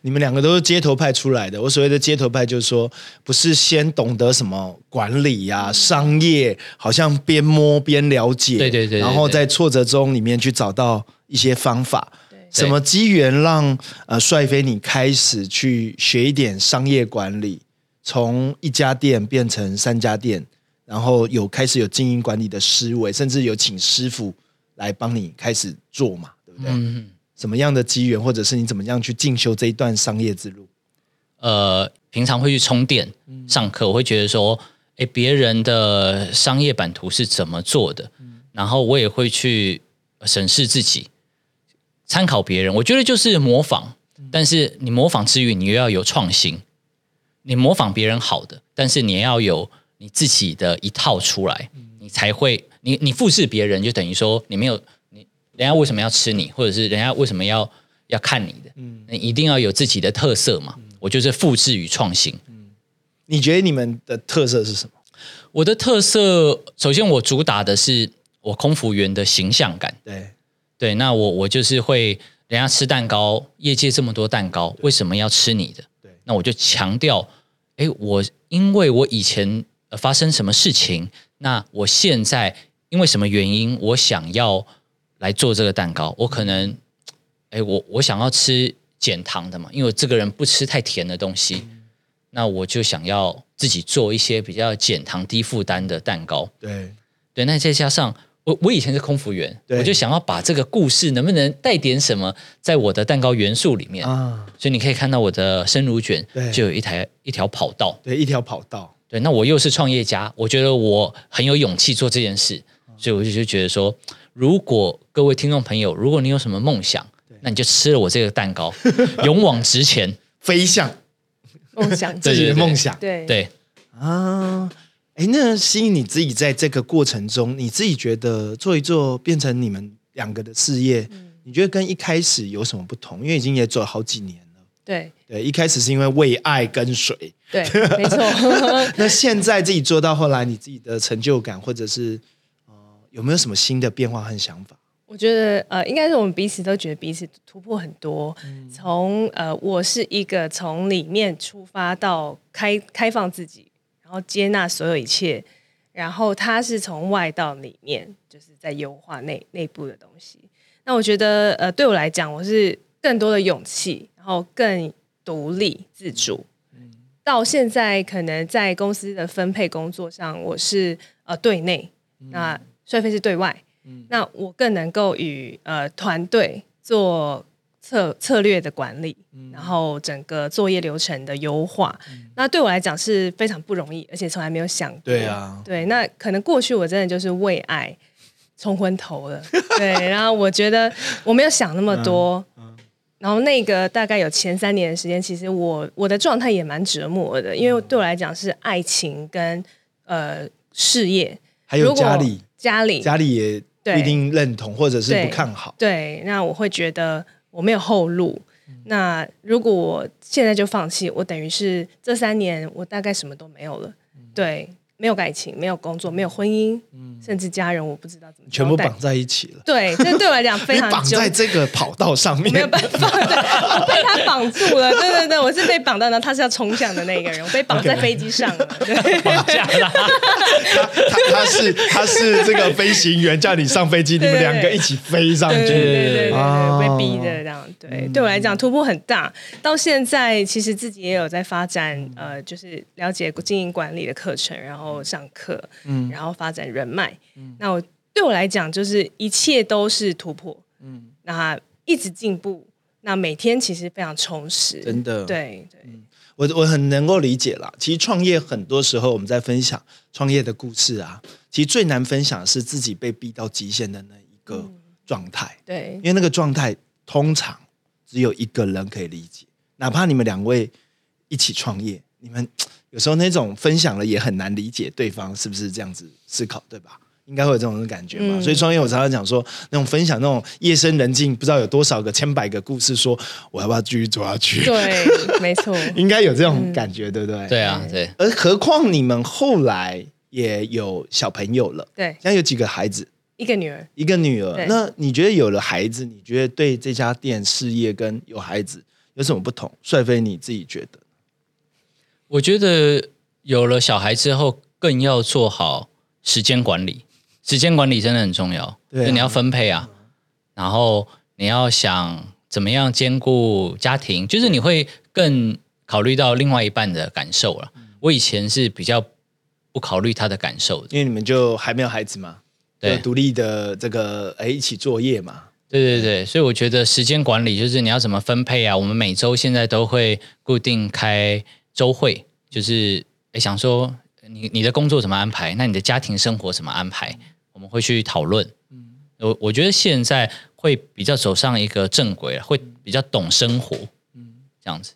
[SPEAKER 1] 你们两个都是街头派出来的。我所谓的街头派，就是说不是先懂得什么管理呀、商业，好像边摸边了解，
[SPEAKER 2] 嗯对对对对
[SPEAKER 1] 然后在挫折中里面去找到一些方法。什么机缘让呃帅飞你开始去学一点商业管理，从一家店变成三家店，然后有开始有经营管理的思维，甚至有请师傅来帮你开始做嘛，对不对？
[SPEAKER 2] 嗯，
[SPEAKER 1] 什么样的机缘，或者是你怎么样去进修这一段商业之路？
[SPEAKER 2] 呃，平常会去充电、上课，我会觉得说，诶，别人的商业版图是怎么做的，然后我也会去审视自己，参考别人。我觉得就是模仿，但是你模仿之余，你又要有创新。你模仿别人好的，但是你要有你自己的一套出来，你才会你你复制别人，就等于说你没有你人家为什么要吃你，或者是人家为什么要要看你的，你一定要有自己的特色嘛。我就是复制与创新。
[SPEAKER 1] 你觉得你们的特色是什么？
[SPEAKER 2] 我的特色，首先我主打的是我空服员的形象感。
[SPEAKER 1] 对，
[SPEAKER 2] 对，那我我就是会，人家吃蛋糕，业界这么多蛋糕，为什么要吃你的？
[SPEAKER 1] 对
[SPEAKER 2] 那我就强调，哎，我因为我以前、呃、发生什么事情，那我现在因为什么原因，我想要来做这个蛋糕，我可能，哎，我我想要吃减糖的嘛，因为我这个人不吃太甜的东西，那我就想要自己做一些比较减糖、低负担的蛋糕。
[SPEAKER 1] 对，
[SPEAKER 2] 对，那再加上我，我以前是空服员，
[SPEAKER 1] 对
[SPEAKER 2] 我就想要把这个故事能不能带点什么在我的蛋糕元素里面，
[SPEAKER 1] 啊，
[SPEAKER 2] 所以你可以看到我的生乳卷
[SPEAKER 1] 对
[SPEAKER 2] 就有一台一条跑道。
[SPEAKER 1] 对，一条跑道，
[SPEAKER 2] 对，那我又是创业家，我觉得我很有勇气做这件事，
[SPEAKER 1] 嗯
[SPEAKER 2] 所以我就就觉得说，如果各位听众朋友，如果你有什么梦想，那你就吃了我这个 蛋糕，勇往直前。
[SPEAKER 1] 飞向
[SPEAKER 3] 梦想，
[SPEAKER 1] 自己的梦想
[SPEAKER 3] 对
[SPEAKER 2] 对，
[SPEAKER 1] 啊。哎，那吸引你自己在这个过程中，你自己觉得做一做变成你们两个的事业，你觉得跟一开始有什么不同？因为已经也走了好几年了。
[SPEAKER 3] 对
[SPEAKER 1] 对，一开始是因为为爱跟随，
[SPEAKER 3] 对，没错。
[SPEAKER 1] 那现在自己做到后来，你自己的成就感，或者是呃，有没有什么新的变化和想法？
[SPEAKER 3] 我觉得呃，应该是我们彼此都觉得彼此突破很多。
[SPEAKER 1] 嗯
[SPEAKER 3] 从呃，我是一个从里面出发到开开放自己，然后接纳所有一切，然后他是从外到里面，就是在优化内内部的东西。那我觉得呃，对我来讲，我是更多的勇气，然后更独立自主。
[SPEAKER 1] 嗯
[SPEAKER 3] 到现在，可能在公司的分配工作上，我是呃对内，
[SPEAKER 1] 嗯
[SPEAKER 3] 那帅飞是对外。那我更能够与呃团队做策策略的管理，
[SPEAKER 1] 嗯
[SPEAKER 3] 然后整个作业流程的优化，那对我来讲是非常不容易，而且从来没有想过。
[SPEAKER 1] 对啊
[SPEAKER 3] 对，那可能过去我真的就是为爱冲昏头了， 对，然后我觉得我没有想那么多。
[SPEAKER 1] 嗯
[SPEAKER 3] 然后那个大概有前三年的时间，其实我我的状态也蛮折磨的，因为对我来讲是爱情跟呃事业，
[SPEAKER 1] 还有
[SPEAKER 3] 如果
[SPEAKER 1] 家里，
[SPEAKER 3] 家里
[SPEAKER 1] 家里也不一定认同，或者是
[SPEAKER 3] 对
[SPEAKER 1] 不看好。
[SPEAKER 3] 对，那我会觉得我没有后路。
[SPEAKER 1] 嗯
[SPEAKER 3] 那如果我现在就放弃，我等于是这三年我大概什么都没有了，
[SPEAKER 1] 嗯
[SPEAKER 3] 对，没有感情，没有工作，没有婚姻，甚至家人我不知道怎么
[SPEAKER 1] 全部
[SPEAKER 3] 交代
[SPEAKER 1] 绑。在一起了，
[SPEAKER 3] 对，这对我来讲非
[SPEAKER 1] 被
[SPEAKER 3] 常
[SPEAKER 1] 绑
[SPEAKER 3] 纠
[SPEAKER 1] 在这个跑道上面，
[SPEAKER 3] 没有办法，对我被他绑住了。 对对对，我是被绑到，然后他是要冲向的那个人，我被绑在飞机上了。对
[SPEAKER 1] 他 他是他是这个飞行员，叫你上飞机，你们
[SPEAKER 3] 对
[SPEAKER 1] 两个一起飞上
[SPEAKER 3] 对对对
[SPEAKER 1] 去。
[SPEAKER 3] 对对对
[SPEAKER 1] 哦
[SPEAKER 3] 对，被逼的这样。对，对我来讲突破很大。到现在其实自己也有在发
[SPEAKER 1] 嗯
[SPEAKER 3] 展，呃，就是了解经营管理的课程，然后上课，嗯，然后发展人脉。
[SPEAKER 1] 嗯
[SPEAKER 3] 那我对我来讲，就是一切都是突破，嗯，那一直进步，那每天其实非常充实，
[SPEAKER 1] 真的嗯
[SPEAKER 3] 对对。
[SPEAKER 1] 我我很能够理解啦。其实创业很多时候我们在分享创业的故事啊，其实最难分享的是自己被逼到极限的那一个
[SPEAKER 3] 嗯
[SPEAKER 1] 状态，
[SPEAKER 3] 对
[SPEAKER 1] 因为那个状态通常只有一个人可以理解，哪怕你们两位一起创业，你们有时候那种分享了也很难理解对方是不是这样子思考，对吧？应该会有这种感觉嘛。
[SPEAKER 3] 嗯
[SPEAKER 1] 所以创业，我常常讲说，那种分享那种夜深人静，不知道有多少个千百个故事说，我要不要继续做下去？
[SPEAKER 3] 对，嗯没错，
[SPEAKER 1] 应该有这种感觉，对不对？。
[SPEAKER 2] 对啊，对，
[SPEAKER 1] 而何况你们后来也有小朋友了，
[SPEAKER 3] 对，
[SPEAKER 1] 现在有几个孩子？
[SPEAKER 3] 一个女儿，
[SPEAKER 1] 一个女儿。
[SPEAKER 3] 对
[SPEAKER 1] 那你觉得有了孩子，你觉得对这家店事业跟有孩子有什么不同？帅飞你自己觉得？
[SPEAKER 2] 我觉得有了小孩之后，更要做好时间管理。时间管理真的很重要，
[SPEAKER 1] 对啊
[SPEAKER 2] 就你要分配啊，然后你要想怎么样兼顾家庭，就是你会更考虑到另外一半的感受了。
[SPEAKER 1] 嗯
[SPEAKER 2] 我以前是比较不考虑他的感受的，
[SPEAKER 1] 因为你们就还没有孩子嘛，
[SPEAKER 2] 对
[SPEAKER 1] 就独立的这个哎一起作业嘛，
[SPEAKER 2] 对对对，所以我觉得时间管理就是你要怎么分配啊。我们每周现在都会固定开周会，就是诶想说你你的工作怎么安排，那你的家庭生活怎么安排，我们会去讨论。我我觉得现在会比较走上一个正轨了，会比较懂生活，这样子。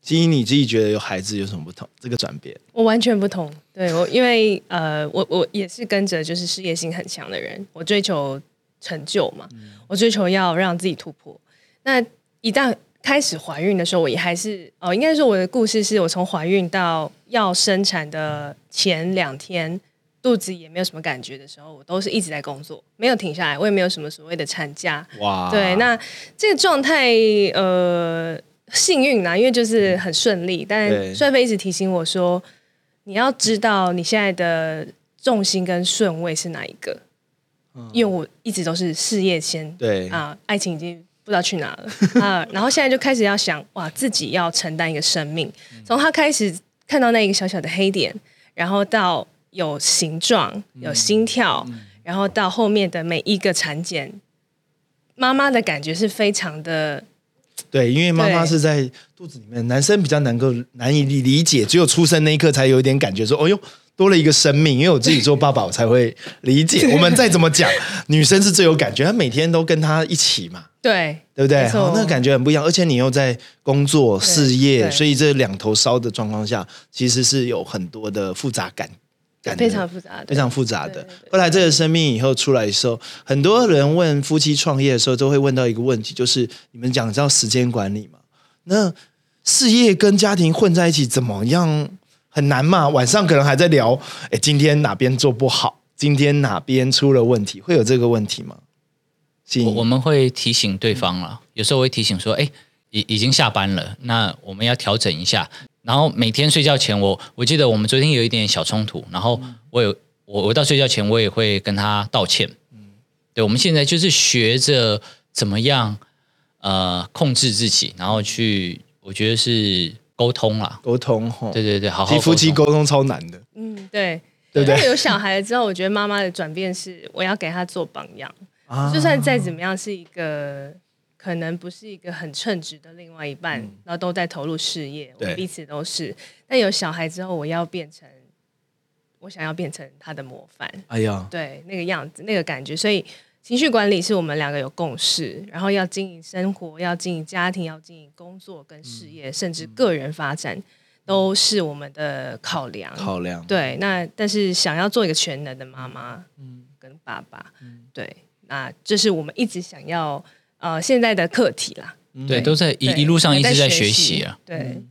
[SPEAKER 1] 基因你自己觉得有孩子有什么不同？这个转变，
[SPEAKER 3] 我完全不同。对我，因为呃，我我也是跟着就是事业心很强的人，我追求成就嘛，我追求要让自己突破。那一旦开始怀孕的时候，我也还是哦、呃应该说我的故事是我从怀孕到要生产的前两天，肚子也没有什么感觉的时候，我都是一直在工作，没有停下来，我也没有什么所谓的产假，
[SPEAKER 1] 哇，
[SPEAKER 3] 对，那这个状态呃幸运啦，因为就是很顺利。
[SPEAKER 1] 嗯对
[SPEAKER 3] 但帅飞一直提醒我说，你要知道你现在的重心跟顺位是哪一个，因为我一直都是事业先，
[SPEAKER 1] 嗯对
[SPEAKER 3] 啊、爱情已经。不知道去哪了 啊、然后现在就开始要想，哇，自己要承担一个生命。
[SPEAKER 1] 嗯
[SPEAKER 3] 从他开始看到那一个小小的黑点，然后到有形状、
[SPEAKER 1] 嗯
[SPEAKER 3] 有心跳，然后到后面的每一个产检，妈妈的感觉是非常的
[SPEAKER 1] 对，因为妈妈
[SPEAKER 3] 对
[SPEAKER 1] 是在肚子里面，男生比较能够难以理解，只有出生那一刻才有一点感觉说，哦哟。多了一个生命，因为我自己做爸爸，我才会理 解。我们再怎么讲，女生是最有感觉，她每天都跟他一起嘛，
[SPEAKER 3] 对
[SPEAKER 1] 对不对？
[SPEAKER 3] 没错
[SPEAKER 1] 好那感觉很不一样，而且你又在工作事业，
[SPEAKER 3] 对
[SPEAKER 1] 所以这两头烧的状况下，其实是有很多的复杂感，感的
[SPEAKER 3] 非常复杂的，
[SPEAKER 1] 非常复杂的
[SPEAKER 3] 对对。
[SPEAKER 1] 后来这个生命以后出来的时候，很多人问夫妻创业的时候，都会问到一个问题，就是你们讲到时间管理嘛，那事业跟家庭混在一起怎么样？很难嘛？晚上可能还在聊，哎，今天哪边做不好？今天哪边出了问题？会有这个问题吗？欣
[SPEAKER 2] 我
[SPEAKER 1] 怡
[SPEAKER 2] 我们会提醒对方了，有时候会提醒说，哎，已已经下班了，那我们要调整一下。然后每天睡觉前，我我记得我们昨天有一点小冲突，然后
[SPEAKER 1] 嗯
[SPEAKER 2] 我有我我到睡觉前我也会跟他道歉。嗯，对，我们现在就是学着怎么样呃控制自己，然后去我觉得是沟通啦。
[SPEAKER 1] 沟通吼，
[SPEAKER 2] 对对对，好
[SPEAKER 1] 其
[SPEAKER 2] 好
[SPEAKER 1] 实夫妻
[SPEAKER 2] 沟
[SPEAKER 1] 沟通超难的，
[SPEAKER 3] 嗯，对。
[SPEAKER 1] 对不对
[SPEAKER 3] 因为有小孩了之后，我觉得妈妈的转变是，我要给她做榜样，
[SPEAKER 1] 啊
[SPEAKER 3] 就算再怎么样是一个可能不是一个很称职的另外一半，然后都在投入事业，我
[SPEAKER 1] 嗯对
[SPEAKER 3] 们彼此都是。但有小孩之后，我要变成，我想要变成他的模范，
[SPEAKER 1] 哎呀，
[SPEAKER 3] 对那个样子，那个感觉。所以情绪管理是我们两个有共识，然后要经营生活，要经营家庭，要经营工作跟
[SPEAKER 1] 嗯
[SPEAKER 3] 事业，甚至个人发展，都是我们的考量。
[SPEAKER 1] 考量
[SPEAKER 3] 对，那但是想要做一个全能的妈妈，嗯，跟爸爸，对，那这是我们一直想要呃现在的课题啦。
[SPEAKER 2] 对都在
[SPEAKER 3] 对
[SPEAKER 2] 一一路上一直
[SPEAKER 3] 在
[SPEAKER 2] 在学习啊。，
[SPEAKER 3] 对，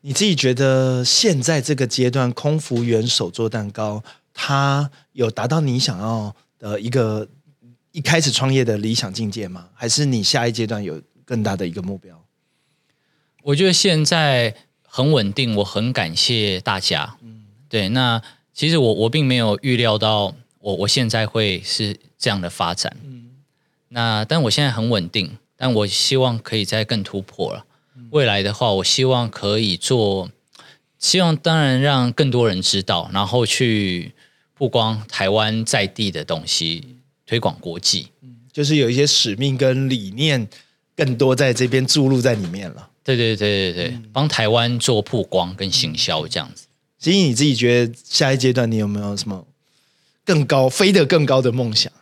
[SPEAKER 1] 你自己觉得现在这个阶段，空服员手做蛋糕，它有达到你想要的一个一开始创业的理想境界吗？还是你下一阶段有更大的一个目标？
[SPEAKER 2] 我觉得现在很稳定，我很感谢大家。嗯，对。那其实我我并没有预料到我我现在会是这样的发展。嗯，那但我现在很稳定，但我希望可以再更突破了。未来的话，我希望可以做，希望当然让更多人知道，然后去曝光台湾嗯在地的东西，推广国际。
[SPEAKER 1] 就是有一些使命跟理念更多在这边注入在里面了。
[SPEAKER 2] 对对对对对，帮台湾做曝光跟行销这样子。
[SPEAKER 1] 所以你自己觉得下一阶段你有没有什么更高、飞得更高的梦想？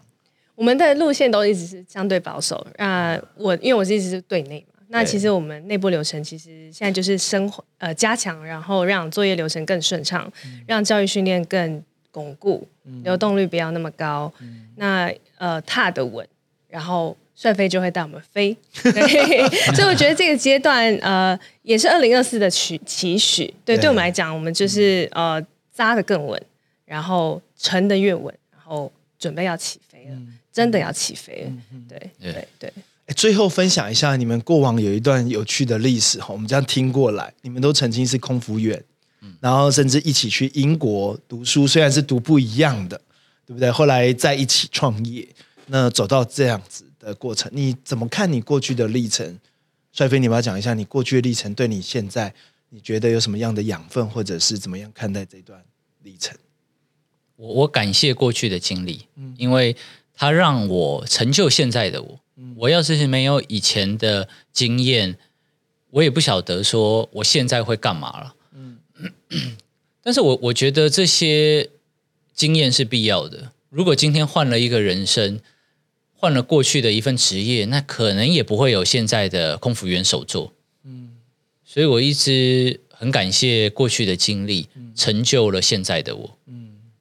[SPEAKER 3] 我们的路线都一直是相对保守。那、我因为我是一直是对内嘛，那
[SPEAKER 1] 对
[SPEAKER 3] 其实我们内部流程其实现在就是生活呃加强，然后让作业流程更顺畅，让教育训练更巩固，流动率不要那么高。那呃踏得稳，然后。帅飞就会带我们飞，对，所以我觉得这个阶段，呃，也是二零二四的期期许。对，
[SPEAKER 1] 对
[SPEAKER 3] 对我们来讲，我们就是呃扎得更稳，然后沉得越稳，然后准备要起飞了，真的要起飞了。对
[SPEAKER 2] 对
[SPEAKER 3] 对对，
[SPEAKER 1] 哎最后分享一下你们过往有一段有趣的历史哈，我们这样听过来，你们都曾经是空服员，然后甚至一起去英国读书，虽然是读不一样的，对不对？后来在一起创业，那走到这样子的过程，你怎么看你过去的历程？帅飞，你要不要讲一下你过去的历程，对你现在你觉得有什么样的养分，或者是怎么样看待这段历程？
[SPEAKER 2] 我我感谢过去的经历，因为它让我成就现在的我。我要是没有以前的经验，我也不晓得说我现在会干嘛了。但是我我觉得这些经验是必要的。如果今天换了一个人生，换了过去的一份职业，那可能也不会有现在的空服员手作。所以我一直很感谢过去的经历，成就了现在的我。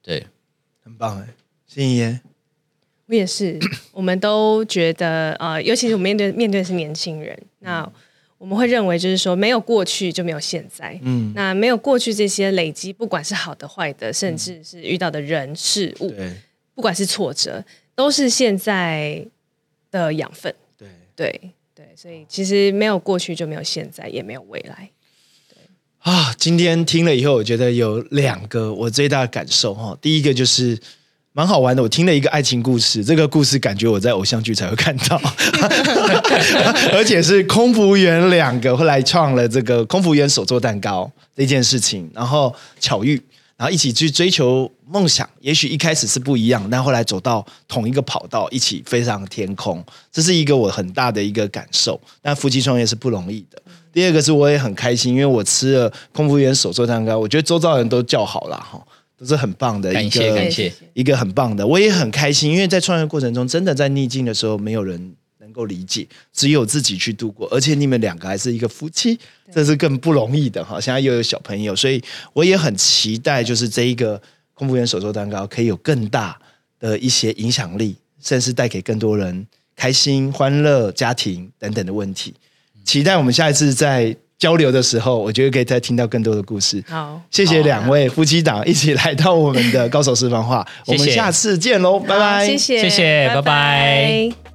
[SPEAKER 2] 对。
[SPEAKER 1] 很棒哎，心怡，
[SPEAKER 3] 我也是，我们都觉得呃，尤其是我们面对面对的是年轻人，那我们会认为就是说，没有过去就没有现在。
[SPEAKER 1] 嗯，
[SPEAKER 3] 那没有过去这些累积，不管是好的、坏的，甚至是遇到的人事物，
[SPEAKER 1] 嗯对
[SPEAKER 3] 不管是挫折，都是现在的养分。
[SPEAKER 1] 对，
[SPEAKER 3] 对对，所以其实没有过去就没有现在，也没有未来。
[SPEAKER 1] 啊，今天听了以后，我觉得有两个我最大的感受哈。第一个就是蛮好玩的，我听了一个爱情故事，这个故事感觉我在偶像剧才会看到， 而且是空服员两个后来创了这个空服员手做蛋糕这件事情，然后巧遇，然后一起去追求梦想，也许一开始是不一样，但后来走到同一个跑道，一起飞上天空，这是一个我很大的一个感受。但夫妻创业是不容易的。第二个是我也很开心，因为我吃了空服员手做蛋糕，我觉得周遭人都叫好了哈，都是很棒的一
[SPEAKER 2] 感
[SPEAKER 1] 个
[SPEAKER 2] 谢感谢
[SPEAKER 3] 对，
[SPEAKER 1] 一个很棒的，我也很开心，因为在创业过程中，真的在逆境的时候，没有人能够理解，只有自己去度过。而且你们两个还是一个夫妻，这是更不容易的哈。现在又有小朋友，所以我也很期待，就是这一个空服员手做蛋糕可以有更大的一些影响力，甚至带给更多人开心、欢乐、家庭等等的问题。期待我们下一次在交流的时候，我觉得可以再听到更多的故事。
[SPEAKER 3] 好，
[SPEAKER 1] 谢谢两位夫妻档一起来到我们的高手私房话，我
[SPEAKER 2] 谢谢
[SPEAKER 1] 们下次见喽，拜
[SPEAKER 3] 好
[SPEAKER 1] 拜，
[SPEAKER 3] 谢谢，
[SPEAKER 2] 谢谢拜拜
[SPEAKER 3] 拜